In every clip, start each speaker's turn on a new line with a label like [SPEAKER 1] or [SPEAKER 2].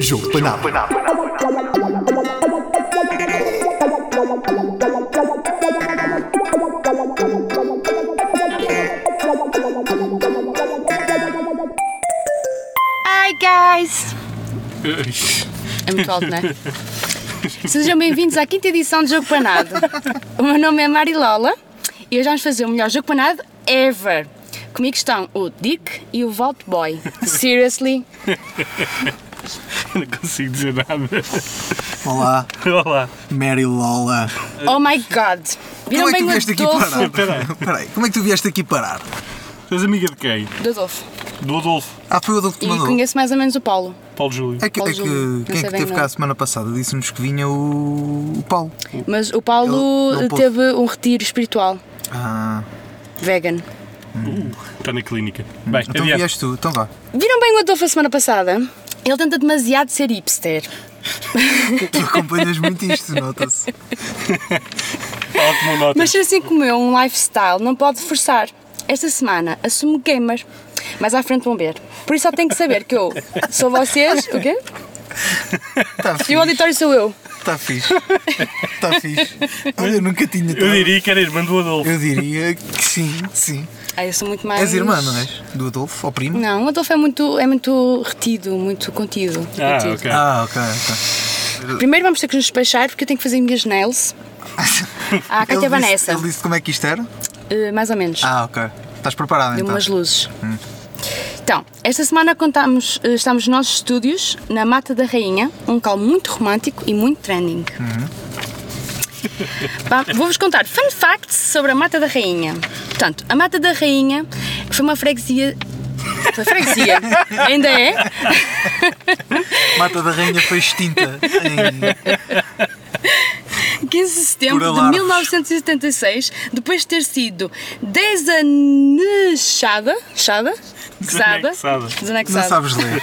[SPEAKER 1] Jorpanada.
[SPEAKER 2] Hi guys! É muito alto, não é? Sejam bem-vindos à quinta edição de Jogo Panado. O meu nome é Marilola e hoje vamos fazer o melhor Jogo Panado ever. Comigo estão o Dick e o Vault Boy. Seriously?
[SPEAKER 3] Não consigo dizer nada.
[SPEAKER 1] Olá,
[SPEAKER 3] Olá.
[SPEAKER 1] Mary Lola.
[SPEAKER 2] Oh my god!
[SPEAKER 1] Como
[SPEAKER 2] Viram
[SPEAKER 1] é que
[SPEAKER 2] bem
[SPEAKER 1] tu
[SPEAKER 2] o
[SPEAKER 1] vieste aqui
[SPEAKER 2] Adolfo?
[SPEAKER 1] parar?
[SPEAKER 3] Peraí.
[SPEAKER 1] Peraí, como é que tu vieste aqui parar?
[SPEAKER 3] Tu és amiga de quem?
[SPEAKER 2] Do Adolfo.
[SPEAKER 3] Do Adolfo.
[SPEAKER 1] Ah, foi o Adolfo que
[SPEAKER 2] E
[SPEAKER 1] mandou.
[SPEAKER 2] conheço mais ou menos o Paulo.
[SPEAKER 3] Paulo Júlio.
[SPEAKER 1] É que, é
[SPEAKER 2] Paulo
[SPEAKER 1] que-
[SPEAKER 2] Júlio, não
[SPEAKER 1] quem é
[SPEAKER 2] sei
[SPEAKER 1] que
[SPEAKER 2] bem
[SPEAKER 1] teve
[SPEAKER 2] não.
[SPEAKER 1] cá a semana passada? Disse-nos que vinha o, o Paulo.
[SPEAKER 2] Mas o Paulo
[SPEAKER 1] Ele não pôde.
[SPEAKER 2] teve um retiro espiritual
[SPEAKER 1] Ah,
[SPEAKER 2] vegan.
[SPEAKER 3] Hum. Está na clínica. Bem,
[SPEAKER 1] então
[SPEAKER 3] adiante.
[SPEAKER 1] vieste tu, então vá.
[SPEAKER 2] Viram bem o Adolfo a semana passada? Ele tenta demasiado ser hipster.
[SPEAKER 1] Tu acompanhas muito isto, nota-se.
[SPEAKER 3] Ótima nota.
[SPEAKER 2] Mas ser assim como eu, um lifestyle, não pode forçar. Esta semana assumo gamer, mas à frente vão ver. Por isso só tenho que saber que eu sou vocês, o quê?
[SPEAKER 1] Está
[SPEAKER 2] E o
[SPEAKER 1] Tá fixe.
[SPEAKER 2] auditório sou eu.
[SPEAKER 1] Está fixe. Está fixe. Olha, eu nunca tinha.
[SPEAKER 3] Eu diria que era irmã do Adolfo.
[SPEAKER 1] Eu diria que sim, sim.
[SPEAKER 2] Ah, eu sou muito mais.
[SPEAKER 1] És irmã, não és? Do Adolfo, ou primo?
[SPEAKER 2] Não, o Adolfo é muito, é muito retido, muito contido.
[SPEAKER 3] Ah,
[SPEAKER 2] contido.
[SPEAKER 3] ok.
[SPEAKER 1] Ah, ok, ok.
[SPEAKER 2] Primeiro vamos ter que nos despachar porque eu tenho que fazer as minhas nails. Ah, a
[SPEAKER 1] Ele
[SPEAKER 2] Cátia
[SPEAKER 1] disse-
[SPEAKER 2] Vanessa.
[SPEAKER 1] Ele disse como é que isto era?
[SPEAKER 2] Eh, mais ou menos.
[SPEAKER 1] Ah, ok. Estás preparado
[SPEAKER 2] Deu
[SPEAKER 1] então?
[SPEAKER 2] umas luzes. Então, esta semana contamos, eh, estamos nos nossos estúdios, na Mata da Rainha, um local muito romântico e muito trending.
[SPEAKER 1] Uhum.
[SPEAKER 2] Vá, Vou-vos contar fun facts sobre a Mata da Rainha. Portanto, a Mata da Rainha foi uma freguesia. Foi freguesia? Ainda é?
[SPEAKER 1] Mata da Rainha foi extinta em
[SPEAKER 2] 15 de setembro
[SPEAKER 1] Por
[SPEAKER 2] de
[SPEAKER 1] alarmes.
[SPEAKER 2] 1976, depois de ter sido desanexada. Chada? Xada?
[SPEAKER 3] Desanexada.
[SPEAKER 1] Não
[SPEAKER 2] Desanexada.
[SPEAKER 1] sabes ler.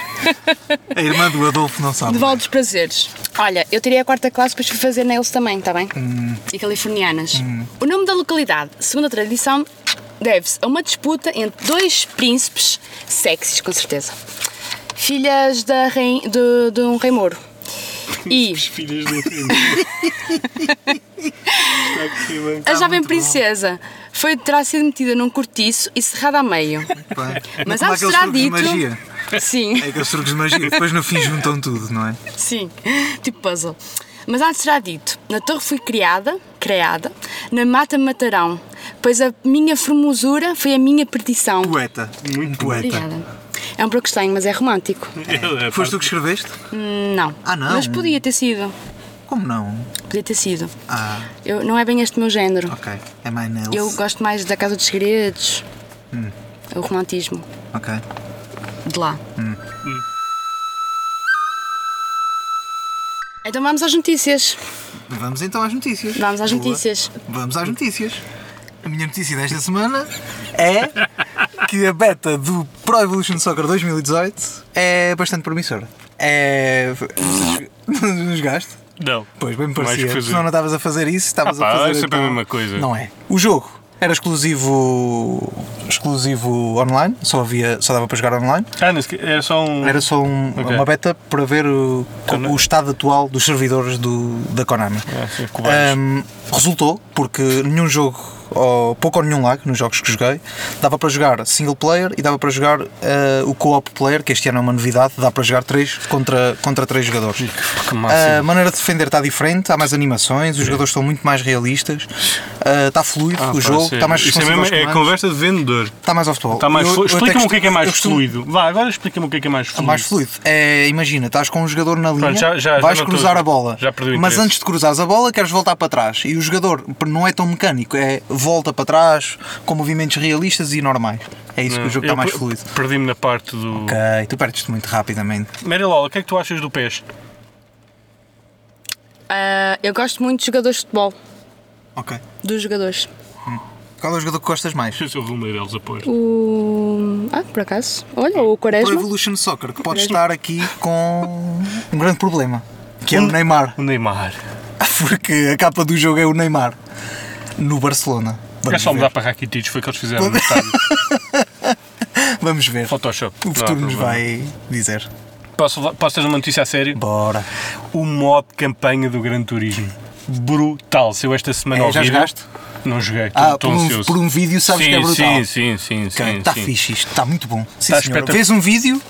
[SPEAKER 1] A irmã do Adolfo não sabe.
[SPEAKER 2] De
[SPEAKER 1] ler.
[SPEAKER 2] volta dos prazeres. Olha, eu tirei a quarta classe, depois fui fazer nails também, está bem?
[SPEAKER 1] Hum.
[SPEAKER 2] E californianas. O nome da localidade, segundo a tradição, deve-se a uma disputa entre dois príncipes sexys, com certeza. Filhas da rei, de, de um rei moro. E
[SPEAKER 3] As filhas do primo. Está aqui, bem.
[SPEAKER 2] a jovem
[SPEAKER 1] muito bom.
[SPEAKER 2] princesa foi terá sido metida num cortiço e serrada a meio.
[SPEAKER 1] Bem,
[SPEAKER 2] Mas
[SPEAKER 1] como é
[SPEAKER 2] antes
[SPEAKER 1] aqueles
[SPEAKER 2] será
[SPEAKER 1] truques de
[SPEAKER 2] dito-
[SPEAKER 1] magia.
[SPEAKER 2] Sim.
[SPEAKER 1] É aqueles truques de magia. Depois no fim juntam tudo, não é?
[SPEAKER 2] Sim, tipo puzzle. Mas antes será dito, na torre fui criada, criada, na mata me matarão, pois a minha formosura foi a minha perdição.
[SPEAKER 1] Poeta. Muito poeta.
[SPEAKER 2] Obrigada. É um brocostenho, mas é romântico. Hum,
[SPEAKER 3] Ela é
[SPEAKER 1] Foste tu
[SPEAKER 3] parte-
[SPEAKER 1] que escreveste?
[SPEAKER 2] Não.
[SPEAKER 1] Ah, não?
[SPEAKER 2] Mas podia ter sido.
[SPEAKER 1] Como não?
[SPEAKER 2] Podia ter sido.
[SPEAKER 1] Ah,
[SPEAKER 2] Eu, não é bem este meu género.
[SPEAKER 1] ok. É my nails.
[SPEAKER 2] Eu gosto mais da Casa dos Segredos.
[SPEAKER 1] Hum.
[SPEAKER 2] O romantismo.
[SPEAKER 1] Ok.
[SPEAKER 2] De lá.
[SPEAKER 1] Hum.
[SPEAKER 2] Então vamos às notícias.
[SPEAKER 1] Vamos então às notícias.
[SPEAKER 2] Vamos às
[SPEAKER 1] Boa.
[SPEAKER 2] notícias.
[SPEAKER 1] Vamos às notícias. A minha notícia desta semana é que a beta do Pro Evolution Soccer 2018 é bastante promissora. É. Não jogaste?
[SPEAKER 3] Não.
[SPEAKER 1] Pois, bem me
[SPEAKER 3] Mais que
[SPEAKER 1] parecia.
[SPEAKER 3] fazer.
[SPEAKER 1] Senão não estavas a fazer isso, estavas
[SPEAKER 3] Ah pá,
[SPEAKER 1] a fazer.
[SPEAKER 3] é sempre a
[SPEAKER 1] então-
[SPEAKER 3] mesma coisa.
[SPEAKER 1] Não é. O jogo era exclusivo. exclusivo online, só, havia, só dava para jogar online.
[SPEAKER 3] Ah, não, esque- é só um.
[SPEAKER 1] Era só um-
[SPEAKER 3] Ok.
[SPEAKER 1] uma beta para ver o,
[SPEAKER 3] Então não-
[SPEAKER 1] o estado atual dos servidores do, da Konami.
[SPEAKER 3] Ah, sim, cobaias.
[SPEAKER 1] Ahm, resultou, porque nenhum jogo, ou pouco ou nenhum lag nos jogos que joguei, dava para jogar single player e dava para jogar ah, o co-op player, que este ano é uma novidade, dá para jogar 3 contra, contra 3 jogadores. Ah,
[SPEAKER 3] que máximo.
[SPEAKER 1] A maneira de defender está diferente, há mais animações, os jogadores estão muito mais realistas, ah, está fluido
[SPEAKER 3] Ah,
[SPEAKER 1] o
[SPEAKER 3] pá,
[SPEAKER 1] jogo,
[SPEAKER 3] sério.
[SPEAKER 1] está mais
[SPEAKER 3] Isso é,
[SPEAKER 1] responsivo
[SPEAKER 3] mesmo,
[SPEAKER 1] aos
[SPEAKER 3] é
[SPEAKER 1] comandos,
[SPEAKER 3] conversa de vendedor.
[SPEAKER 1] está Tá mais ao futebol.
[SPEAKER 3] Está mais
[SPEAKER 1] Eu-
[SPEAKER 3] flu-
[SPEAKER 1] eu até
[SPEAKER 3] Explica-me o
[SPEAKER 1] costumo-
[SPEAKER 3] que é que é mais
[SPEAKER 1] eu costumo-
[SPEAKER 3] fluido. Vá, agora explica-me o que é que é mais fluido.
[SPEAKER 1] mais fluido. É, imagina, estás com um jogador na linha,
[SPEAKER 3] Pronto, já- já- já
[SPEAKER 1] vais
[SPEAKER 3] não tô-
[SPEAKER 1] cruzar
[SPEAKER 3] já-
[SPEAKER 1] a bola,
[SPEAKER 3] já perdi o
[SPEAKER 1] mas
[SPEAKER 3] interesse.
[SPEAKER 1] antes de cruzares a bola queres voltar para trás e o jogador não é tão mecânico, é volta para trás com movimentos realistas e normais. É isso que o jogo
[SPEAKER 3] Eu
[SPEAKER 1] está mais
[SPEAKER 3] per-
[SPEAKER 1] fluido.
[SPEAKER 3] Perdi-me na parte do.
[SPEAKER 1] Ok, tu perdes-te muito rapidamente.
[SPEAKER 3] Mary Lola, o que é que tu achas do PES?
[SPEAKER 2] Ah, eu gosto muito de jogadores de futebol.
[SPEAKER 1] Ok.
[SPEAKER 2] Dos jogadores.
[SPEAKER 1] Qual é o jogador que gostas mais?
[SPEAKER 3] Deixa eu arrumar eles após.
[SPEAKER 2] O. Ah, por acaso. Olha,
[SPEAKER 1] Pro
[SPEAKER 2] o Quaresma.
[SPEAKER 1] Evolution Soccer, que pode estar aqui com um grande problema, que é
[SPEAKER 3] Um-
[SPEAKER 1] o Neymar,
[SPEAKER 3] O Neymar.
[SPEAKER 1] porque a capa do jogo é o Neymar no Barcelona.
[SPEAKER 3] É
[SPEAKER 1] Vamos
[SPEAKER 3] só mudar
[SPEAKER 1] ver.
[SPEAKER 3] para Rakitic, foi o que eles fizeram no estádio.
[SPEAKER 1] Vamos ver.
[SPEAKER 3] Photoshop.
[SPEAKER 1] O
[SPEAKER 3] Não há
[SPEAKER 1] futuro nos
[SPEAKER 3] problema.
[SPEAKER 1] vai dizer.
[SPEAKER 3] Posso, posso ter uma notícia a sério?
[SPEAKER 1] Bora.
[SPEAKER 3] O modo de campanha do Gran Turismo. Brutal. Se eu esta semana
[SPEAKER 1] É,
[SPEAKER 3] ouvir...
[SPEAKER 1] já jogaste?
[SPEAKER 3] Não joguei.
[SPEAKER 1] Ah,
[SPEAKER 3] Estou
[SPEAKER 1] por um-
[SPEAKER 3] ansioso.
[SPEAKER 1] por um vídeo sabes
[SPEAKER 3] sim,
[SPEAKER 1] que é brutal.
[SPEAKER 3] Sim, sim, sim. sim,
[SPEAKER 1] Está
[SPEAKER 3] sim.
[SPEAKER 1] tá fixe isto, está muito bom. Sim,
[SPEAKER 3] Tá
[SPEAKER 1] senhora.
[SPEAKER 3] espetacular.
[SPEAKER 1] Vês um vídeo,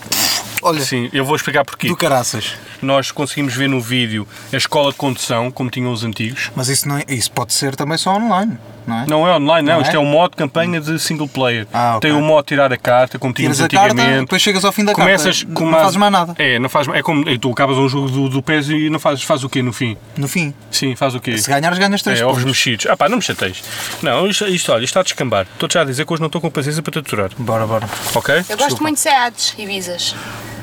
[SPEAKER 1] olha,
[SPEAKER 3] Sim, eu vou explicar porquê.
[SPEAKER 1] do caraças.
[SPEAKER 3] Nós conseguimos ver no vídeo a escola de condução, como tinham os antigos.
[SPEAKER 1] Mas isso, não é- isso pode ser também só online, não é?
[SPEAKER 3] Não é online, não.
[SPEAKER 1] Não é?
[SPEAKER 3] Isto é um modo de campanha de single player.
[SPEAKER 1] Ah, ok.
[SPEAKER 3] Tem o modo de tirar a carta, como tínhamos
[SPEAKER 1] Tiras a carta,
[SPEAKER 3] antigamente.
[SPEAKER 1] depois chegas ao fim da
[SPEAKER 3] Começas
[SPEAKER 1] carta.
[SPEAKER 3] com
[SPEAKER 1] não
[SPEAKER 3] uma-
[SPEAKER 1] fazes mais nada.
[SPEAKER 3] É, não faz, é como é, tu acabas um jogo do, do PES e não fazes, faz o quê no fim?
[SPEAKER 1] No fim,
[SPEAKER 3] Sim, faz o quê?
[SPEAKER 1] se ganhares, ganhas três
[SPEAKER 3] É, ovos
[SPEAKER 1] pontos.
[SPEAKER 3] mexidos. Ah pá, não me chateis. Não, isto, isto, olha, isto está a descambar. Estou-te já a dizer que hoje não estou com paciência para te aturar.
[SPEAKER 1] Bora, bora.
[SPEAKER 3] Ok?
[SPEAKER 2] Eu gosto muito de SEADs e Visas.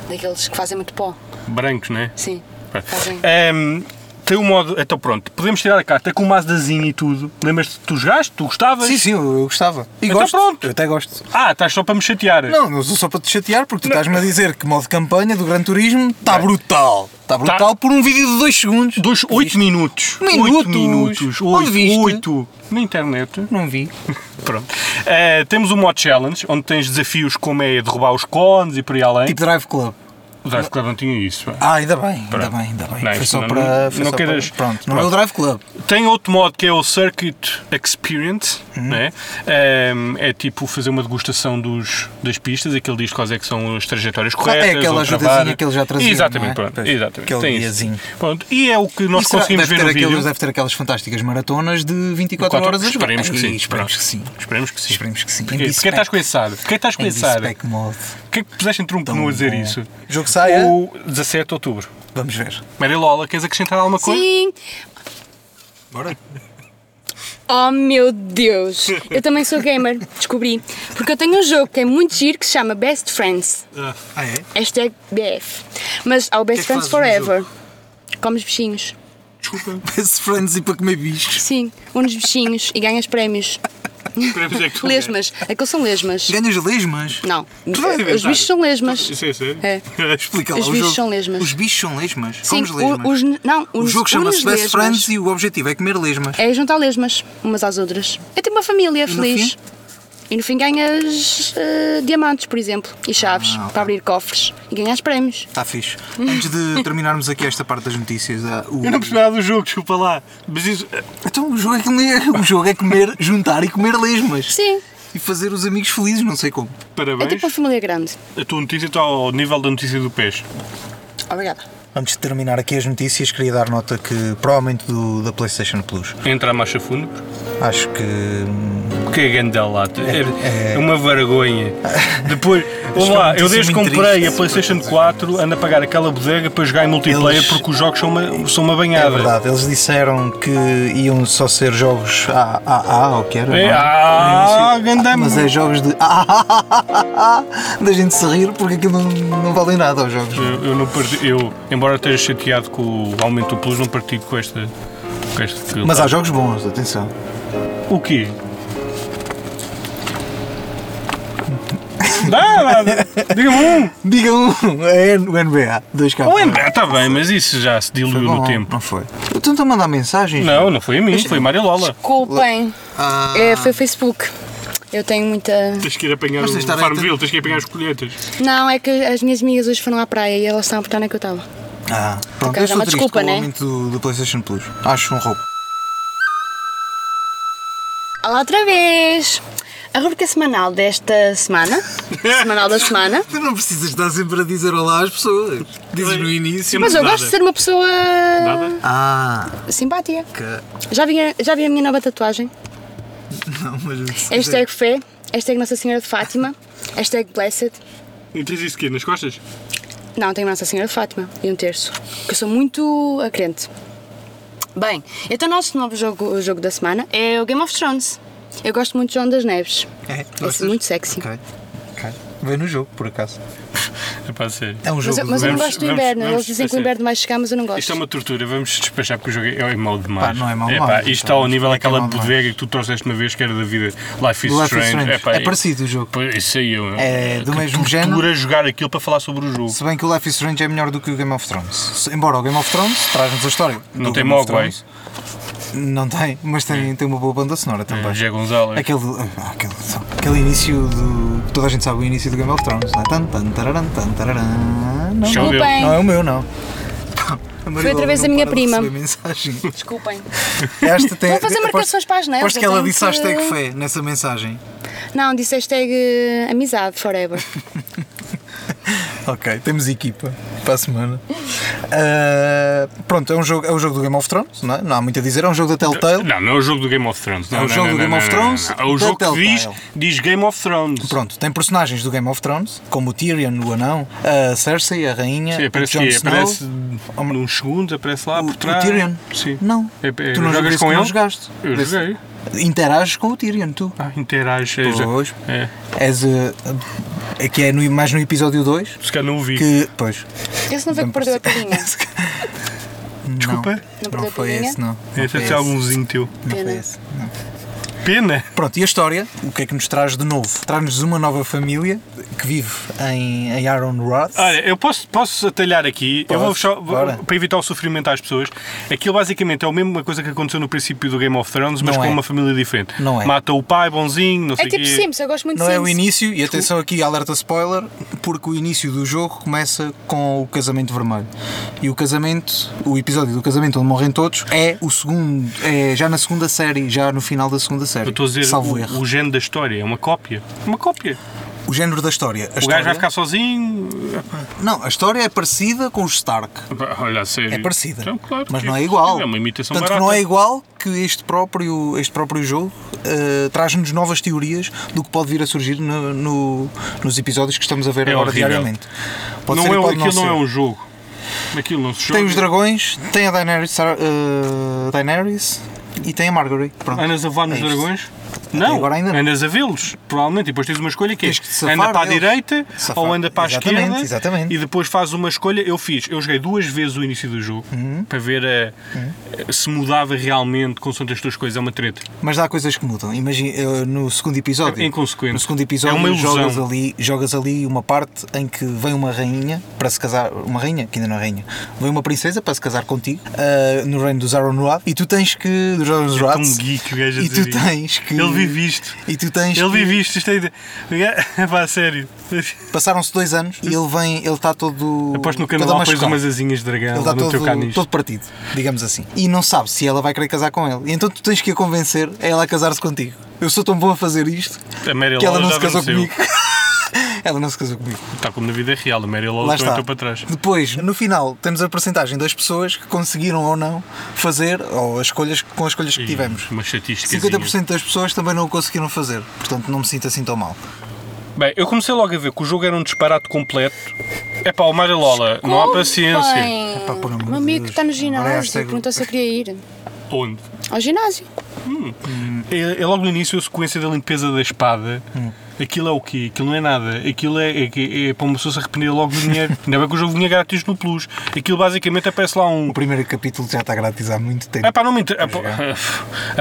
[SPEAKER 2] Daqueles que fazem muito pó.
[SPEAKER 3] Brancos, né?
[SPEAKER 2] Sim. Fazem.
[SPEAKER 3] é? Ahm, tem um modo. Então pronto, podemos tirar a carta com o Mazdazinho e tudo. Lembras-te, tu jogaste? Tu gostavas?
[SPEAKER 1] Sim, sim, eu eu gostava. E
[SPEAKER 3] Então
[SPEAKER 1] gosto.
[SPEAKER 3] pronto.
[SPEAKER 1] Eu até gosto.
[SPEAKER 3] Ah, estás só para me chatear.
[SPEAKER 1] Não, não sou só para te chatear, porque tu estás-me a dizer que o modo de campanha do Gran Turismo está brutal.
[SPEAKER 3] Tá.
[SPEAKER 1] Está brutal por um vídeo de dois segundos.
[SPEAKER 3] Dois, oito minutos.
[SPEAKER 1] Minutos?
[SPEAKER 3] Oito minutos.
[SPEAKER 1] Onde viste?
[SPEAKER 3] Oito. Oito. Na internet.
[SPEAKER 1] Não vi.
[SPEAKER 3] Pronto. Eh, temos um modo challenge, onde tens desafios como é derrubar os cones e por aí além.
[SPEAKER 1] Tipo Drive Club.
[SPEAKER 3] O Drive Club não tinha isso. pá.
[SPEAKER 1] Ah, ainda bem, ainda
[SPEAKER 3] Pronto.
[SPEAKER 1] bem, ainda bem.
[SPEAKER 3] Não,
[SPEAKER 1] foi
[SPEAKER 3] isto
[SPEAKER 1] só
[SPEAKER 3] não-
[SPEAKER 1] para. foi
[SPEAKER 3] não
[SPEAKER 1] só
[SPEAKER 3] queres-
[SPEAKER 1] para- Pronto, não é o
[SPEAKER 3] Pronto.
[SPEAKER 1] Drive Club.
[SPEAKER 3] Tem outro modo que é o Circuit Experience,
[SPEAKER 1] Uhum.
[SPEAKER 3] né? Ehm, é tipo fazer uma degustação dos, das pistas, aquele diz quais é que são as trajetórias corretas.
[SPEAKER 1] é aquela
[SPEAKER 3] onde
[SPEAKER 1] ajudazinha
[SPEAKER 3] travar.
[SPEAKER 1] que eles já traziam,
[SPEAKER 3] Exatamente,
[SPEAKER 1] não é?
[SPEAKER 3] pronto,
[SPEAKER 1] Pois,
[SPEAKER 3] exatamente.
[SPEAKER 1] aquele
[SPEAKER 3] Tem isso.
[SPEAKER 1] guiazinho.
[SPEAKER 3] Pronto, e é o que nós
[SPEAKER 1] E será-
[SPEAKER 3] conseguimos
[SPEAKER 1] deve
[SPEAKER 3] ver
[SPEAKER 1] ter
[SPEAKER 3] no
[SPEAKER 1] aqueles-
[SPEAKER 3] vídeo.
[SPEAKER 1] Deve ter aquelas fantásticas maratonas de 24
[SPEAKER 3] Quatro-
[SPEAKER 1] horas a jogar.
[SPEAKER 3] Esperemos que
[SPEAKER 1] Ai,
[SPEAKER 3] sim.
[SPEAKER 1] Esperemos
[SPEAKER 3] pronto.
[SPEAKER 1] que sim.
[SPEAKER 3] Esperemos que sim.
[SPEAKER 1] Esperemos que sim.
[SPEAKER 3] Porquê?
[SPEAKER 1] Em
[SPEAKER 3] Porquê estás com
[SPEAKER 1] respect-
[SPEAKER 3] esse ar? Porquê estás com
[SPEAKER 1] em
[SPEAKER 3] esse ar?
[SPEAKER 1] respect mode.
[SPEAKER 3] Porquê é que puseste entre um
[SPEAKER 1] Tão
[SPEAKER 3] pneu a dizer
[SPEAKER 1] bom.
[SPEAKER 3] isso?
[SPEAKER 1] O jogo sai é- a-
[SPEAKER 3] O 17 de outubro.
[SPEAKER 1] Vamos ver.
[SPEAKER 3] Maria Lola, queres acrescentar alguma coisa?
[SPEAKER 2] Sim!
[SPEAKER 1] Bora.
[SPEAKER 2] Oh meu Deus! Eu também sou gamer, descobri. Porque eu tenho um jogo que é muito giro que se chama Best Friends.
[SPEAKER 1] Ah, é?
[SPEAKER 2] Hashtag BF. Mas há o Best
[SPEAKER 1] que é que
[SPEAKER 2] Friends
[SPEAKER 1] fazes no
[SPEAKER 2] Forever. Comes bichinhos.
[SPEAKER 3] Desculpa.
[SPEAKER 1] Best friends e para comer bichos.
[SPEAKER 2] Sim, unes bichinhos e ganhas prémios.
[SPEAKER 3] Esperemos é que tu
[SPEAKER 2] Lesmas. Aqueles são lesmas.
[SPEAKER 1] Ganhas lesmas?
[SPEAKER 2] Não.
[SPEAKER 1] Tu vais
[SPEAKER 2] Os
[SPEAKER 1] inventar.
[SPEAKER 2] bichos são lesmas.
[SPEAKER 3] Isso é sério?
[SPEAKER 2] É.
[SPEAKER 1] Explica lá.
[SPEAKER 2] Os
[SPEAKER 1] o
[SPEAKER 2] bichos
[SPEAKER 1] jogo.
[SPEAKER 2] são lesmas.
[SPEAKER 1] Os bichos são lesmas?
[SPEAKER 2] Sim,
[SPEAKER 1] Somos lesmas.
[SPEAKER 2] o- os, não, os,
[SPEAKER 1] o jogo chama-se
[SPEAKER 2] unes
[SPEAKER 1] Best
[SPEAKER 2] lesmas.
[SPEAKER 1] Friends e o objetivo é comer lesmas.
[SPEAKER 2] É juntar lesmas umas às outras. É tipo uma família
[SPEAKER 1] no
[SPEAKER 2] feliz.
[SPEAKER 1] fim?
[SPEAKER 2] E no fim ganhas eh, diamantes, por exemplo, e chaves
[SPEAKER 1] Ah, ok.
[SPEAKER 2] para abrir cofres e ganhas prémios.
[SPEAKER 1] Está Tá fixe. Antes de terminarmos aqui esta parte das notícias, há o...
[SPEAKER 3] Eu não percebi nada do jogo, desculpa lá. Mas isso. eh,
[SPEAKER 1] Então o jogo é comer, o jogo é comer juntar e comer lesmas.
[SPEAKER 2] Sim,
[SPEAKER 1] E fazer os amigos felizes, não sei como.
[SPEAKER 2] é
[SPEAKER 3] Parabéns.
[SPEAKER 2] tipo uma família grande.
[SPEAKER 3] A tua notícia está ao nível da notícia do peixe.
[SPEAKER 2] Obrigada.
[SPEAKER 1] Antes de terminar aqui as notícias, queria dar nota que provavelmente do, da PlayStation Plus.
[SPEAKER 3] Entra a marcha fundo.
[SPEAKER 1] Acho que. hum,
[SPEAKER 3] Que é grande a lata. É,
[SPEAKER 1] é.
[SPEAKER 3] é uma vergonha. Depois, olá,
[SPEAKER 1] uma
[SPEAKER 3] eu desde
[SPEAKER 1] notícia
[SPEAKER 3] que
[SPEAKER 1] muito
[SPEAKER 3] comprei
[SPEAKER 1] triste.
[SPEAKER 3] a PlayStation 4 ando a pagar aquela bodega para jogar em multiplayer
[SPEAKER 1] Eles-
[SPEAKER 3] porque os jogos são uma, são uma
[SPEAKER 1] É
[SPEAKER 3] banhada.
[SPEAKER 1] verdade, eles disseram que iam só ser jogos AAA, ou que era?
[SPEAKER 3] É,
[SPEAKER 1] não
[SPEAKER 3] ah,
[SPEAKER 1] Eu não sei.
[SPEAKER 3] ganda-
[SPEAKER 1] Mas é jogos de AAA, da gente se rir, porque aquilo não, não vale nada aos jogos.
[SPEAKER 3] Eu, eu não parti, eu, embora esteja chateado com o aumento do plus, não partilho com esta. Com este
[SPEAKER 1] Mas há jogos bons, atenção.
[SPEAKER 3] O quê? Dá, dá, dá. Diga-me um!
[SPEAKER 1] Diga um, é o NBA, 2K.
[SPEAKER 3] O NBA está bem, mas isso já se diluiu no tempo.
[SPEAKER 1] Não foi. Então estão a mandar mensagens?
[SPEAKER 3] Não, não foi a mim, foi a Maria Lola.
[SPEAKER 2] Desculpem,
[SPEAKER 1] Ah.
[SPEAKER 2] é, foi o Facebook. Eu tenho muita.
[SPEAKER 3] Tens que ir apanhar
[SPEAKER 1] Mas tens de estar o Farmville,
[SPEAKER 3] tens que ir apanhar as colhetas.
[SPEAKER 2] Não, é que as minhas amigas hoje foram à praia e elas estão a apertar na que eu estava.
[SPEAKER 1] Ah, pronto,
[SPEAKER 2] Ok,
[SPEAKER 1] eu
[SPEAKER 2] já
[SPEAKER 1] estou
[SPEAKER 2] uma
[SPEAKER 1] triste
[SPEAKER 2] desculpa,
[SPEAKER 1] com o
[SPEAKER 2] né?
[SPEAKER 1] aumento do, do PlayStation Plus. Acho um roubo.
[SPEAKER 2] Olá outra vez! A rubrica semanal desta semana, semanal da semana,
[SPEAKER 1] Tu não precisas estar sempre a dizer olá às pessoas. Dizes
[SPEAKER 3] no
[SPEAKER 1] início.
[SPEAKER 2] mas eu gosto de ser uma pessoa
[SPEAKER 3] Nada?
[SPEAKER 1] Ah,
[SPEAKER 2] simpática.
[SPEAKER 1] que.
[SPEAKER 2] Já vi, a- já vi a minha nova tatuagem?
[SPEAKER 1] Não, mas.
[SPEAKER 2] Hashtag fé, hashtag Nossa Senhora de Fátima, hashtag blessed.
[SPEAKER 3] E tens isso aqui nas costas?
[SPEAKER 2] Não, tenho Nossa Senhora de Fátima e um terço, porque eu sou muito a crente. Bem, então o nosso novo jogo, o jogo da semana é o Game of Thrones. Eu gosto muito de João das Neves.
[SPEAKER 1] É,
[SPEAKER 2] gostas? muito sexy.
[SPEAKER 1] Ok, ok. Vem no jogo, por acaso.
[SPEAKER 3] É para ser.
[SPEAKER 1] É um
[SPEAKER 2] Mas,
[SPEAKER 1] jogo.
[SPEAKER 2] eu- mas eu não
[SPEAKER 3] Vamos-
[SPEAKER 2] gosto do
[SPEAKER 3] vamos-
[SPEAKER 2] inverno,
[SPEAKER 3] vamos
[SPEAKER 2] eles dizem que o
[SPEAKER 3] esquecer.
[SPEAKER 2] inverno vai chegar, mas eu não gosto.
[SPEAKER 3] Isto é uma tortura, vamos despachar porque o jogo é é mau demais.
[SPEAKER 1] Pá, não é mau
[SPEAKER 3] pá,
[SPEAKER 1] demais,
[SPEAKER 3] Isto está
[SPEAKER 1] então,
[SPEAKER 3] ao nível
[SPEAKER 1] é que é
[SPEAKER 3] daquela
[SPEAKER 1] mau demais.
[SPEAKER 3] bodega que tu trouxeste uma vez que era da vida Life is
[SPEAKER 1] Do Life is
[SPEAKER 3] Strange.
[SPEAKER 1] Strange.
[SPEAKER 3] pá,
[SPEAKER 1] É parecido o jogo.
[SPEAKER 3] pá, Isso aí eu-
[SPEAKER 1] É do
[SPEAKER 3] que
[SPEAKER 1] mesmo
[SPEAKER 3] tortura
[SPEAKER 1] género.
[SPEAKER 3] jogar aquilo para falar sobre o jogo.
[SPEAKER 1] Se bem que o Life is Strange é melhor do que o Game of Thrones. Se- Embora o Game of Thrones traz-nos a história.
[SPEAKER 3] Não
[SPEAKER 1] do
[SPEAKER 3] tem
[SPEAKER 1] Game of
[SPEAKER 3] Mogwai. Hum.
[SPEAKER 1] Thrones. Não tem, mas tem, tem uma boa banda sonora também.
[SPEAKER 3] É, José Gonzalez.
[SPEAKER 1] Aquele, ah, aquele, aquele início do. Toda a gente sabe o início do Game of Thrones. Não é? Tan, tan, tararan, tan, tararan. Não,
[SPEAKER 3] Chama-
[SPEAKER 1] não,
[SPEAKER 2] Desculpem,
[SPEAKER 1] não é o meu, não. A Maribel
[SPEAKER 2] outra vez
[SPEAKER 1] não
[SPEAKER 2] a minha
[SPEAKER 1] para de
[SPEAKER 2] prima.
[SPEAKER 1] receber Mensagem.
[SPEAKER 2] desculpem.
[SPEAKER 1] Esta tem,
[SPEAKER 2] Vou fazer marcações para as neves,
[SPEAKER 1] Aposto que
[SPEAKER 2] eu
[SPEAKER 1] ela
[SPEAKER 2] tenho
[SPEAKER 1] disse
[SPEAKER 2] que-
[SPEAKER 1] hashtag fé nessa mensagem.
[SPEAKER 2] Não, disse hashtag eh, amizade forever.
[SPEAKER 1] Ok, temos equipa para a semana. Ah, pronto, é um, jogo, é um jogo do Game of Thrones, não, é? não há muito a dizer, é um jogo da Telltale.
[SPEAKER 3] Não, não é o jogo do Game of Thrones. Não,
[SPEAKER 1] É o
[SPEAKER 3] não,
[SPEAKER 1] jogo
[SPEAKER 3] não,
[SPEAKER 1] do
[SPEAKER 3] não,
[SPEAKER 1] Game
[SPEAKER 3] não,
[SPEAKER 1] of
[SPEAKER 3] não, não,
[SPEAKER 1] Thrones
[SPEAKER 3] não. É o
[SPEAKER 1] da
[SPEAKER 3] jogo que diz,
[SPEAKER 1] Telltale.
[SPEAKER 3] diz Game of Thrones.
[SPEAKER 1] Pronto, tem personagens do Game of Thrones, como o Tyrion, o anão, a Cersei, a rainha,
[SPEAKER 3] Sim,
[SPEAKER 1] o
[SPEAKER 3] aparece
[SPEAKER 1] Jon
[SPEAKER 3] aqui,
[SPEAKER 1] Snow.
[SPEAKER 3] aparece uns segundos, aparece lá
[SPEAKER 1] o-
[SPEAKER 3] por trás.
[SPEAKER 1] o Tyrion?
[SPEAKER 3] Sim.
[SPEAKER 1] Não.
[SPEAKER 3] É- é-
[SPEAKER 1] tu não
[SPEAKER 3] jogas
[SPEAKER 1] jogas
[SPEAKER 3] com
[SPEAKER 1] não
[SPEAKER 3] ele?
[SPEAKER 1] jogaste.
[SPEAKER 3] Eu
[SPEAKER 1] Desse-
[SPEAKER 3] joguei.
[SPEAKER 1] Interages com o Tyrion, tu.
[SPEAKER 3] Ah, interage. é, já-
[SPEAKER 1] Pois.
[SPEAKER 3] É.
[SPEAKER 1] És, uh, é que é no- mais no episódio 2,
[SPEAKER 3] Se calhar não o vi.
[SPEAKER 1] que... Pois.
[SPEAKER 2] Esse não foi que perdeu a palhinha.
[SPEAKER 3] Desculpa.
[SPEAKER 2] Não
[SPEAKER 1] Não,
[SPEAKER 2] perdeu
[SPEAKER 1] não
[SPEAKER 2] a
[SPEAKER 1] foi
[SPEAKER 2] palhinha?
[SPEAKER 1] esse, não. Não
[SPEAKER 3] Esse
[SPEAKER 1] foi
[SPEAKER 3] é
[SPEAKER 1] esse.
[SPEAKER 3] só algumzinho teu.
[SPEAKER 1] Não foi
[SPEAKER 2] Pena.
[SPEAKER 1] esse, não.
[SPEAKER 3] Pena.
[SPEAKER 1] Pronto, e a história? O que é que nos traz de novo? Traz-nos uma nova família que vive em, em Iron Roth.
[SPEAKER 3] Olha, eu posso, posso atalhar aqui, eu vou
[SPEAKER 1] Podes,
[SPEAKER 3] só,
[SPEAKER 1] bora.
[SPEAKER 3] para evitar o sofrimento às pessoas. Aquilo basicamente é a mesma coisa que aconteceu no princípio do Game of Thrones, mas
[SPEAKER 1] Não
[SPEAKER 3] com
[SPEAKER 1] é.
[SPEAKER 3] uma família diferente.
[SPEAKER 1] Não é.
[SPEAKER 3] Mata o pai, bonzinho, não
[SPEAKER 2] É
[SPEAKER 3] sei o
[SPEAKER 2] tipo
[SPEAKER 3] quê.
[SPEAKER 2] Sims, eu gosto muito
[SPEAKER 1] Não
[SPEAKER 2] de
[SPEAKER 1] é
[SPEAKER 2] Sims.
[SPEAKER 1] o início, e atenção aqui, alerta spoiler, porque o início do jogo começa com o casamento vermelho. E o casamento, o episódio do casamento onde morrem todos, é o segundo, é já na segunda série, já no final da segunda série.
[SPEAKER 3] Eu estou a dizer
[SPEAKER 1] salvo
[SPEAKER 3] o,
[SPEAKER 1] erro.
[SPEAKER 3] o género da história, é uma cópia. Uma cópia.
[SPEAKER 1] O, género da história. A
[SPEAKER 3] O
[SPEAKER 1] história
[SPEAKER 3] gajo vai ficar sozinho.
[SPEAKER 1] Não, a história é parecida com os Stark.
[SPEAKER 3] Olha, a sério.
[SPEAKER 1] É parecida,
[SPEAKER 3] Então, claro
[SPEAKER 1] mas
[SPEAKER 3] que
[SPEAKER 1] não é igual.
[SPEAKER 3] É uma imitação
[SPEAKER 1] Tanto que
[SPEAKER 3] barata.
[SPEAKER 1] não é igual que este próprio, este próprio jogo eh, traz-nos novas teorias do que pode vir a surgir no- no- nos episódios que estamos a ver
[SPEAKER 3] É
[SPEAKER 1] agora
[SPEAKER 3] horrível.
[SPEAKER 1] diariamente. Pode
[SPEAKER 3] Não
[SPEAKER 1] ser,
[SPEAKER 3] é,
[SPEAKER 1] pode
[SPEAKER 3] aquilo não,
[SPEAKER 1] ser.
[SPEAKER 3] é um jogo. Aquilo não se joga.
[SPEAKER 1] Tem os dragões, tem a Daenerys, Sar- eh, Daenerys e tem a Margaery. Pronto.
[SPEAKER 3] Andas a voar nos
[SPEAKER 1] É isto.
[SPEAKER 3] dragões? Não,
[SPEAKER 1] agora ainda não.
[SPEAKER 3] andas a vê-los, provavelmente, e depois tens uma escolha que é
[SPEAKER 1] Tens que te safar
[SPEAKER 3] anda para a
[SPEAKER 1] deles.
[SPEAKER 3] direita
[SPEAKER 1] Safar.
[SPEAKER 3] ou anda para a
[SPEAKER 1] Exatamente,
[SPEAKER 3] esquerda
[SPEAKER 1] exatamente.
[SPEAKER 3] e depois faz uma escolha. Eu fiz, eu joguei duas vezes o início do jogo
[SPEAKER 1] Uhum.
[SPEAKER 3] para ver eh, se mudava realmente consoante as tuas coisas, é uma treta.
[SPEAKER 1] Mas há coisas que mudam. Imagina eh, no segundo episódio.
[SPEAKER 3] É inconsequente.
[SPEAKER 1] No segundo
[SPEAKER 3] É
[SPEAKER 1] episódio
[SPEAKER 3] uma ilusão.
[SPEAKER 1] jogas ali, jogas ali uma parte em que vem uma rainha para se casar, uma rainha, que ainda não é rainha, vem uma princesa para se casar contigo eh, no reino dos Aaron Roth e tu tens que. Dos Aaron
[SPEAKER 3] É
[SPEAKER 1] Roth,
[SPEAKER 3] tão geek o gajo a
[SPEAKER 1] E
[SPEAKER 3] dizer
[SPEAKER 1] tu
[SPEAKER 3] isto.
[SPEAKER 1] tens que.
[SPEAKER 3] Ele vive isto.
[SPEAKER 1] E tu tens
[SPEAKER 3] Ele
[SPEAKER 1] que-
[SPEAKER 3] vive isto, isto é. Vá, a sério.
[SPEAKER 1] Passaram-se dois anos e ele vem, ele está todo.
[SPEAKER 3] Aposto no
[SPEAKER 1] todo
[SPEAKER 3] canal pôs
[SPEAKER 1] amascado.
[SPEAKER 3] umas asinhas de
[SPEAKER 1] Ele
[SPEAKER 3] dragão
[SPEAKER 1] está
[SPEAKER 3] lá no teu
[SPEAKER 1] todo,
[SPEAKER 3] canis.
[SPEAKER 1] todo partido, digamos assim. E não sabe se ela vai querer casar com ele. E então tu tens que a convencer a ela a casar-se contigo. Eu sou tão bom a fazer isto
[SPEAKER 3] A Mary
[SPEAKER 1] que ela
[SPEAKER 3] Lawler
[SPEAKER 1] não
[SPEAKER 3] já
[SPEAKER 1] se casou
[SPEAKER 3] venceu.
[SPEAKER 1] comigo. ela não se casou comigo.
[SPEAKER 3] Está como na vida real, a Mary
[SPEAKER 1] Lá
[SPEAKER 3] Lawler também
[SPEAKER 1] está.
[SPEAKER 3] estou então para trás.
[SPEAKER 1] Depois, no final, temos a porcentagem das pessoas que conseguiram ou não fazer, ou as escolhas com as escolhas que tivemos.
[SPEAKER 3] Uma estatística.
[SPEAKER 1] 50% das pessoas também não o conseguiram fazer. Portanto, não me sinto assim tão mal.
[SPEAKER 3] Bem, eu comecei logo a ver que o jogo era um disparate completo. É pá, o Marilola, não há paciência.
[SPEAKER 2] Bem,
[SPEAKER 1] Epá, por amor
[SPEAKER 2] o
[SPEAKER 1] de
[SPEAKER 2] meu amigo
[SPEAKER 1] Deus.
[SPEAKER 2] está no
[SPEAKER 1] Agora é
[SPEAKER 2] ginásio
[SPEAKER 1] hashtag-
[SPEAKER 2] perguntou se eu queria ir
[SPEAKER 3] Onde?
[SPEAKER 2] ao ginásio.
[SPEAKER 3] É, é logo no início a sequência da limpeza da espada.
[SPEAKER 1] Hum.
[SPEAKER 3] Aquilo é o quê? Aquilo não é nada. Aquilo é, é, que- é para uma pessoa se arrepender logo do dinheiro. Ainda bem que o jogo vinha grátis no Plus. Aquilo basicamente aparece lá um.
[SPEAKER 1] O primeiro capítulo já está grátis há muito tempo.
[SPEAKER 3] É pá, não me inter... epá,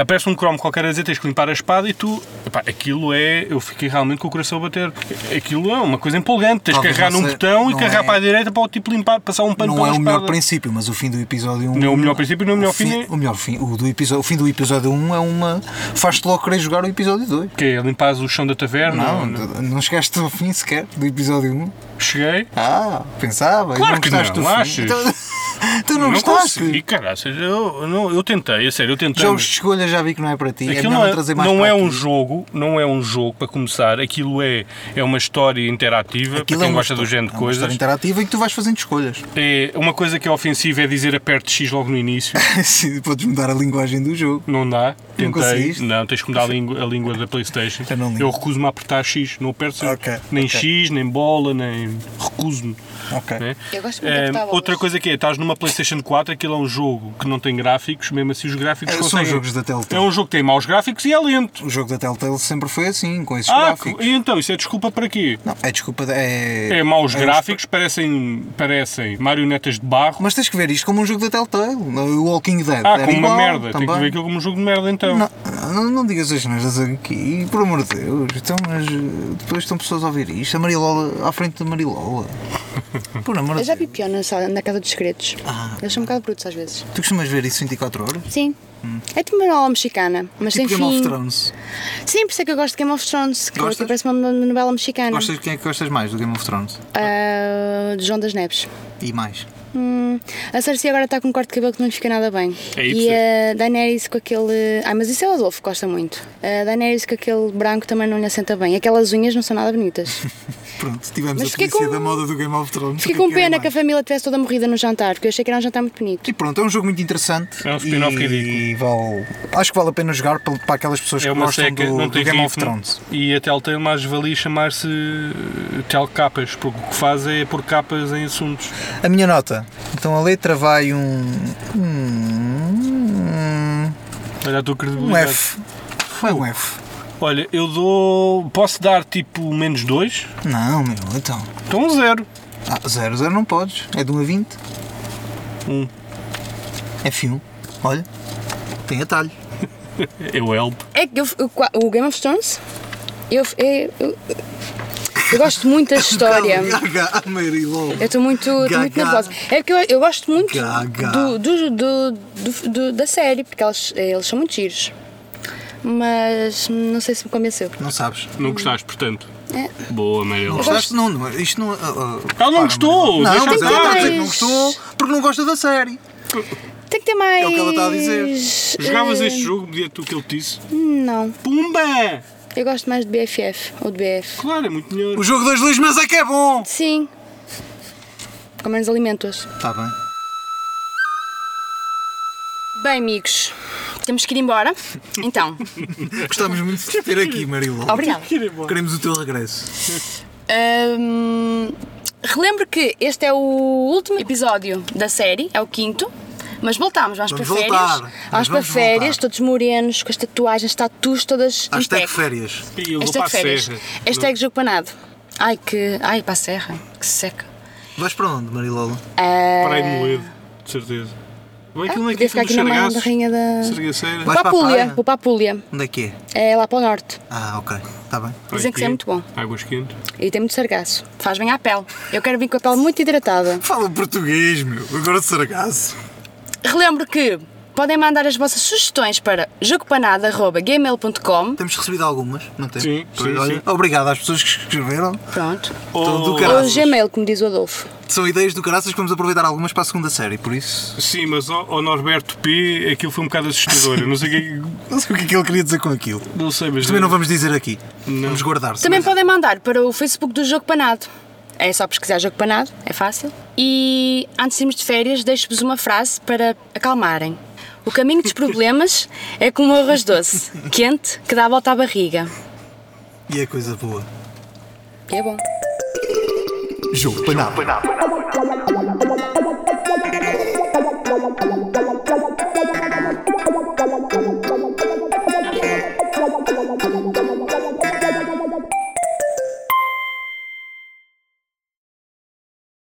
[SPEAKER 3] Aparece um cromo qualquer a dizer tens que limpar a espada e tu. Epá, aquilo é. Eu fiquei realmente com o coração a bater. Aquilo é uma coisa empolgante. Tens que
[SPEAKER 1] Talvez
[SPEAKER 3] carregar
[SPEAKER 1] não
[SPEAKER 3] num
[SPEAKER 1] sei-
[SPEAKER 3] botão e
[SPEAKER 1] não é-
[SPEAKER 3] carregar para a direita para o tipo limpar, passar um pano
[SPEAKER 1] não
[SPEAKER 3] pela
[SPEAKER 1] é o melhor
[SPEAKER 3] espada.
[SPEAKER 1] princípio, mas o fim do episódio 1.
[SPEAKER 3] Não é o melhor princípio, não é o melhor fim.
[SPEAKER 1] O, melhor fim o, do episódio, o fim do episódio 1 é uma. faz-te logo querer jogar o episódio 2.
[SPEAKER 3] Que é limpares o chão da taverna?
[SPEAKER 1] Não, não, chegaste ao fim sequer do episódio 1.
[SPEAKER 3] Cheguei.
[SPEAKER 1] Ah, pensava. e
[SPEAKER 3] Claro
[SPEAKER 1] não
[SPEAKER 3] que
[SPEAKER 1] gostaste
[SPEAKER 3] não,
[SPEAKER 1] do fim.
[SPEAKER 3] achas?
[SPEAKER 1] Então, tu não,
[SPEAKER 3] não
[SPEAKER 1] gostaste.
[SPEAKER 3] consegui, caraças. Eu, não, eu tentei, a sério, eu tentei.
[SPEAKER 1] Jogos de
[SPEAKER 3] mas
[SPEAKER 1] escolha já vi que não é para ti. é melhor
[SPEAKER 3] Aquilo não
[SPEAKER 1] não
[SPEAKER 3] é,
[SPEAKER 1] trazer mais
[SPEAKER 3] não
[SPEAKER 1] para
[SPEAKER 3] é
[SPEAKER 1] aqui.
[SPEAKER 3] um jogo, não é um jogo para começar. Aquilo é, é uma história interativa
[SPEAKER 1] Aquilo
[SPEAKER 3] para
[SPEAKER 1] é
[SPEAKER 3] quem
[SPEAKER 1] uma
[SPEAKER 3] gosta do
[SPEAKER 1] história-
[SPEAKER 3] género de
[SPEAKER 1] é uma história
[SPEAKER 3] coisas.
[SPEAKER 1] interativa em que tu vais fazendo escolhas.
[SPEAKER 3] É, uma coisa que é ofensiva é dizer aperte X logo no início.
[SPEAKER 1] Sim, Podes mudar a linguagem do jogo.
[SPEAKER 3] Não dá. Tentei.
[SPEAKER 1] conseguiste?
[SPEAKER 3] não, tens que mudar a língua, a língua da Playstation.
[SPEAKER 1] Eu não ligo.
[SPEAKER 3] eu recuso-me a apertar X, não aperto
[SPEAKER 1] Ok,
[SPEAKER 3] nem
[SPEAKER 1] ok.
[SPEAKER 3] X, nem bola, nem recuso-me.
[SPEAKER 1] Ok.
[SPEAKER 3] né?
[SPEAKER 2] Eu gosto muito de
[SPEAKER 3] Ehm,
[SPEAKER 2] apertar bolas.
[SPEAKER 3] Outra coisa que é, estás numa Playstation 4, aquilo é um jogo que não tem gráficos, mesmo assim os gráficos
[SPEAKER 1] É, são
[SPEAKER 3] conseguem...
[SPEAKER 1] jogos da Telltale.
[SPEAKER 3] É um jogo que tem maus gráficos e é lento.
[SPEAKER 1] O jogo da Telltale sempre foi assim, com esses
[SPEAKER 3] Ah,
[SPEAKER 1] gráficos.
[SPEAKER 3] e então, isso é desculpa para quê?
[SPEAKER 1] Não, é desculpa. É,
[SPEAKER 3] É maus
[SPEAKER 1] é um
[SPEAKER 3] gráficos, parecem, parecem marionetas de barro.
[SPEAKER 1] Mas tens que ver isto como um jogo da Telltale. O Walking Dead.
[SPEAKER 3] Ah,
[SPEAKER 1] era
[SPEAKER 3] como uma
[SPEAKER 1] igual,
[SPEAKER 3] merda. Tem que
[SPEAKER 1] também.
[SPEAKER 3] ver aquilo como um jogo de merda então.
[SPEAKER 1] Não, não, não digas as neiras aqui, por amor de Deus. Então, mas eh, depois estão pessoas a ouvir isto. A Marilola, à frente da Marilola. Por amor
[SPEAKER 2] Eu
[SPEAKER 1] de
[SPEAKER 2] já
[SPEAKER 1] Deus.
[SPEAKER 2] vi pior na, sala- na casa dos segredos.
[SPEAKER 1] Ah.
[SPEAKER 2] Eles são um bocado brutos às vezes.
[SPEAKER 1] Tu costumas ver isso 24 horas?
[SPEAKER 2] Sim. É tipo uma novela mexicana, mas
[SPEAKER 1] Tipo
[SPEAKER 2] sem
[SPEAKER 1] Game of
[SPEAKER 2] fim.
[SPEAKER 1] Thrones.
[SPEAKER 2] Sim, por isso é que eu gosto de Game of Thrones, que
[SPEAKER 1] Gostas?
[SPEAKER 2] que parece uma novela mexicana.
[SPEAKER 1] Gostas, quem é que gostas mais do Game of Thrones?
[SPEAKER 2] Ah, de João das Neves.
[SPEAKER 1] E mais?
[SPEAKER 2] Hum, a Cersei agora está com um corte de cabelo que não lhe fica nada bem.
[SPEAKER 3] É
[SPEAKER 2] e a Daenerys com aquele. Ai, mas isso é o Adolfo, que gosta muito. A Daenerys com aquele branco também não lhe assenta bem. Aquelas unhas não são nada bonitas.
[SPEAKER 1] Pronto, tivemos
[SPEAKER 2] Mas
[SPEAKER 1] a
[SPEAKER 2] fiquei
[SPEAKER 1] polícia
[SPEAKER 2] com-
[SPEAKER 1] da moda do Game of Thrones.
[SPEAKER 2] Fiquei
[SPEAKER 1] O é
[SPEAKER 2] com
[SPEAKER 1] que querem
[SPEAKER 2] pena que a
[SPEAKER 1] mais?
[SPEAKER 2] família estivesse toda morrida no jantar, porque eu achei que era um jantar muito bonito.
[SPEAKER 1] E pronto, é um jogo muito interessante.
[SPEAKER 3] É um spin-off
[SPEAKER 1] e-
[SPEAKER 3] ridículo.
[SPEAKER 1] E vale, acho que vale a pena jogar para, para aquelas pessoas
[SPEAKER 3] É
[SPEAKER 1] que
[SPEAKER 3] uma
[SPEAKER 1] gostam
[SPEAKER 3] seca,
[SPEAKER 1] do,
[SPEAKER 3] não
[SPEAKER 1] do
[SPEAKER 3] tem
[SPEAKER 1] Game
[SPEAKER 3] ritmo.
[SPEAKER 1] of Thrones.
[SPEAKER 3] E a Telltale mais valia chamar-se eh, Telcapas, porque o que faz é pôr capas em assuntos.
[SPEAKER 1] A minha nota. Então a letra vai um. Um,
[SPEAKER 3] Olha a tua
[SPEAKER 1] um
[SPEAKER 3] credibilidade.
[SPEAKER 1] F. Foi um F.
[SPEAKER 3] Olha, eu dou. Posso dar tipo menos 2?
[SPEAKER 1] Não, meu, então.
[SPEAKER 3] Então zero.
[SPEAKER 1] Ah, 0, 0 não podes. É de 1 a 20.
[SPEAKER 3] Um.
[SPEAKER 1] F1. Olha. Tem atalho.
[SPEAKER 3] Eu help.
[SPEAKER 2] É que eu, eu qua- o Game of Thrones, eu, eu, eu- eu gosto muito da história.
[SPEAKER 1] Gaga, a Marilou.
[SPEAKER 2] Eu estou muito, estou muito
[SPEAKER 1] Gaga.
[SPEAKER 2] nervosa. É porque eu, eu gosto muito
[SPEAKER 1] Gaga.
[SPEAKER 2] do, do- do- do- do- da série, porque eles, eles são muito giros. Mas não sei se me convenceu.
[SPEAKER 1] Não sabes.
[SPEAKER 3] Não gostaste, portanto.
[SPEAKER 2] É.
[SPEAKER 3] Boa, Mariela.
[SPEAKER 1] Gostaste? Não, não, isto não. ah,
[SPEAKER 3] Ela não gostou,
[SPEAKER 1] Não,
[SPEAKER 3] deixa
[SPEAKER 1] mas ela
[SPEAKER 2] estar.
[SPEAKER 1] está a dizer que não
[SPEAKER 2] Mas-
[SPEAKER 1] gostou porque não gosta da série.
[SPEAKER 2] Tem que ter mais.
[SPEAKER 1] É o que ela está a dizer.
[SPEAKER 3] Jogavas
[SPEAKER 2] eh,
[SPEAKER 3] este jogo, mediante o que ele te disse.
[SPEAKER 2] Não.
[SPEAKER 3] Pumba!
[SPEAKER 2] Eu gosto mais de BFF ou de BF.
[SPEAKER 3] Claro, é muito melhor.
[SPEAKER 1] O jogo das luzes, mas é que é bom!
[SPEAKER 2] Sim. Com menos alimentos.
[SPEAKER 1] Está Tá bem.
[SPEAKER 2] Bem, amigos, temos que ir embora. Então,
[SPEAKER 1] Gostávamos muito de te ter aqui, Marilu.
[SPEAKER 2] obrigada.
[SPEAKER 1] Queremos o teu regresso.
[SPEAKER 2] Hum, relembro que este é o último episódio da série, é o quinto. Mas voltámos, vamos,
[SPEAKER 1] Vamos
[SPEAKER 2] para férias.
[SPEAKER 1] voltar, mas
[SPEAKER 2] vamos para
[SPEAKER 1] vamos
[SPEAKER 2] férias,
[SPEAKER 1] voltar.
[SPEAKER 2] todos morenos, com as tatuagens, tatuas todas
[SPEAKER 1] Hashtag
[SPEAKER 2] intactas.
[SPEAKER 1] férias.
[SPEAKER 3] E eu vou
[SPEAKER 2] Hashtag
[SPEAKER 3] para a
[SPEAKER 2] é férias.
[SPEAKER 3] serra.
[SPEAKER 2] Hashtag jogo panado. Ai que. Ai, para a serra, que seca.
[SPEAKER 1] Vais para onde, Marilola?
[SPEAKER 2] Ah,
[SPEAKER 3] Não, Para aí moedo, de certeza. Bem, aquilo não é
[SPEAKER 2] podia
[SPEAKER 3] aquilo
[SPEAKER 2] ficar
[SPEAKER 3] dos
[SPEAKER 2] aqui na mão da
[SPEAKER 3] sargaços.
[SPEAKER 2] rainha da.
[SPEAKER 3] Sargaceira.
[SPEAKER 1] Vai- Vais
[SPEAKER 2] Vou para
[SPEAKER 1] para
[SPEAKER 2] a
[SPEAKER 1] a
[SPEAKER 2] Púlia,
[SPEAKER 1] praia?
[SPEAKER 2] vou para a Púlia.
[SPEAKER 1] Onde é que é?
[SPEAKER 2] É lá para o norte.
[SPEAKER 1] Ah, ok. Está bem.
[SPEAKER 2] Dizem que isso é muito bom.
[SPEAKER 3] Águas quentes.
[SPEAKER 2] E tem muito sargaço. Faz bem à pele. Eu quero vir com a pele muito hidratada.
[SPEAKER 1] Fala português, meu. Agora de sargaço.
[SPEAKER 2] Relembro que podem mandar as vossas sugestões para jogopanada.gmail.com
[SPEAKER 1] Temos recebido algumas, não temos?
[SPEAKER 3] Sim,
[SPEAKER 1] Pois,
[SPEAKER 3] sim,
[SPEAKER 1] olha,
[SPEAKER 3] sim.
[SPEAKER 1] Obrigado às pessoas que escreveram.
[SPEAKER 2] Pronto.
[SPEAKER 1] Tudo Então, do
[SPEAKER 3] Oh,
[SPEAKER 1] caralho.
[SPEAKER 2] Ou
[SPEAKER 1] Graças.
[SPEAKER 2] Gmail, como diz o Adolfo.
[SPEAKER 1] São ideias do caraças que vamos aproveitar algumas para a segunda série, por isso.
[SPEAKER 3] Sim, mas ao ao Norberto P aquilo foi um bocado assustador. Eu não sei o que
[SPEAKER 1] Não sei o que é que ele queria dizer com aquilo.
[SPEAKER 3] é que- Não sei, mas.
[SPEAKER 1] Também não vamos dizer aqui.
[SPEAKER 3] Não.
[SPEAKER 1] Vamos guardar.
[SPEAKER 2] Também podem mandar para o Facebook do Jogo Panado. É só pesquisar Jogo Panado, é fácil. E antes de irmos de férias, deixo-vos uma frase para acalmarem. O caminho dos problemas é como um arroz doce, quente, que dá a volta à barriga.
[SPEAKER 1] E é coisa boa.
[SPEAKER 2] E é bom.
[SPEAKER 1] Jogo para nada.
[SPEAKER 4] Thank you.